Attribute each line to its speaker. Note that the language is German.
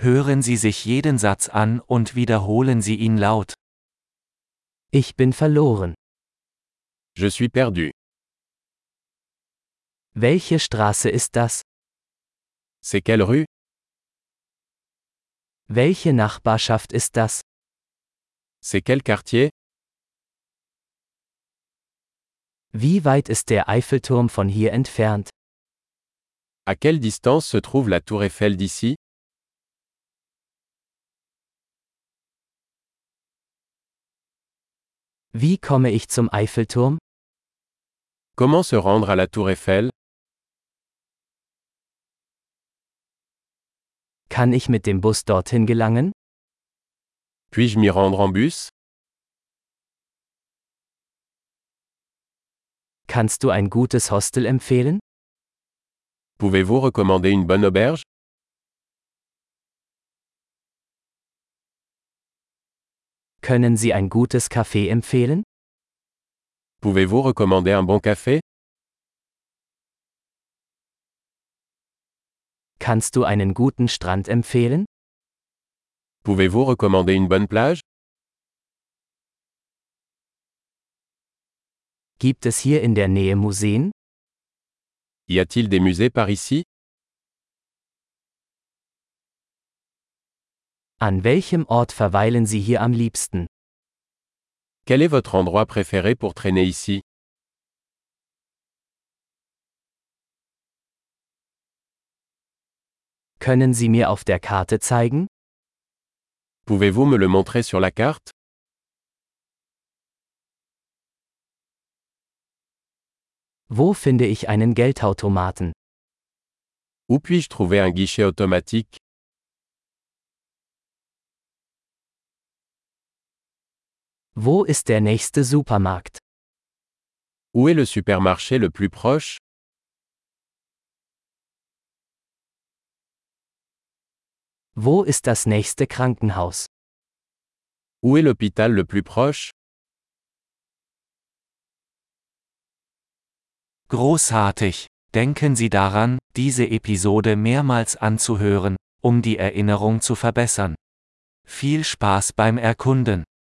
Speaker 1: Hören Sie sich jeden Satz an und wiederholen Sie ihn laut.
Speaker 2: Ich bin verloren.
Speaker 3: Je suis perdu.
Speaker 2: Welche Straße ist das?
Speaker 3: C'est quelle rue
Speaker 2: Welche Nachbarschaft ist das?
Speaker 3: C'est quel quartier
Speaker 2: Wie weit ist der Eiffelturm von hier entfernt?
Speaker 3: À quelle distance se trouve la tour Eiffel d'ici
Speaker 2: Wie komme ich zum Eiffelturm?
Speaker 3: Comment se rendre à la tour Eiffel
Speaker 2: Kann ich mit dem Bus dorthin gelangen?
Speaker 3: Puis-je m'y rendre en bus
Speaker 2: Kannst du ein gutes Hostel empfehlen?
Speaker 3: Pouvez-vous recommander une bonne auberge
Speaker 2: Können Sie ein gutes Café empfehlen?
Speaker 3: Pouvez-vous recommander un bon café
Speaker 2: Kannst du einen guten Strand empfehlen?
Speaker 3: Pouvez-vous recommander une bonne plage
Speaker 2: Gibt es hier in der Nähe Museen?
Speaker 3: Y a-t-il des musées par ici
Speaker 2: An welchem Ort verweilen Sie hier am liebsten?
Speaker 3: Quel est votre endroit préféré pour traîner ici
Speaker 2: Können Sie mir auf der Karte zeigen?
Speaker 3: Pouvez-vous me le montrer sur la carte
Speaker 2: Wo finde ich einen Geldautomaten?
Speaker 3: Où puis-je trouver un guichet automatique
Speaker 2: Wo ist der nächste Supermarkt?
Speaker 3: Où est le supermarché le plus proche
Speaker 2: Wo ist das nächste Krankenhaus?
Speaker 3: Où est l'hôpital le plus proche
Speaker 1: Großartig! Denken Sie daran, diese Episode mehrmals anzuhören, um die Erinnerung zu verbessern. Viel Spaß beim Erkunden!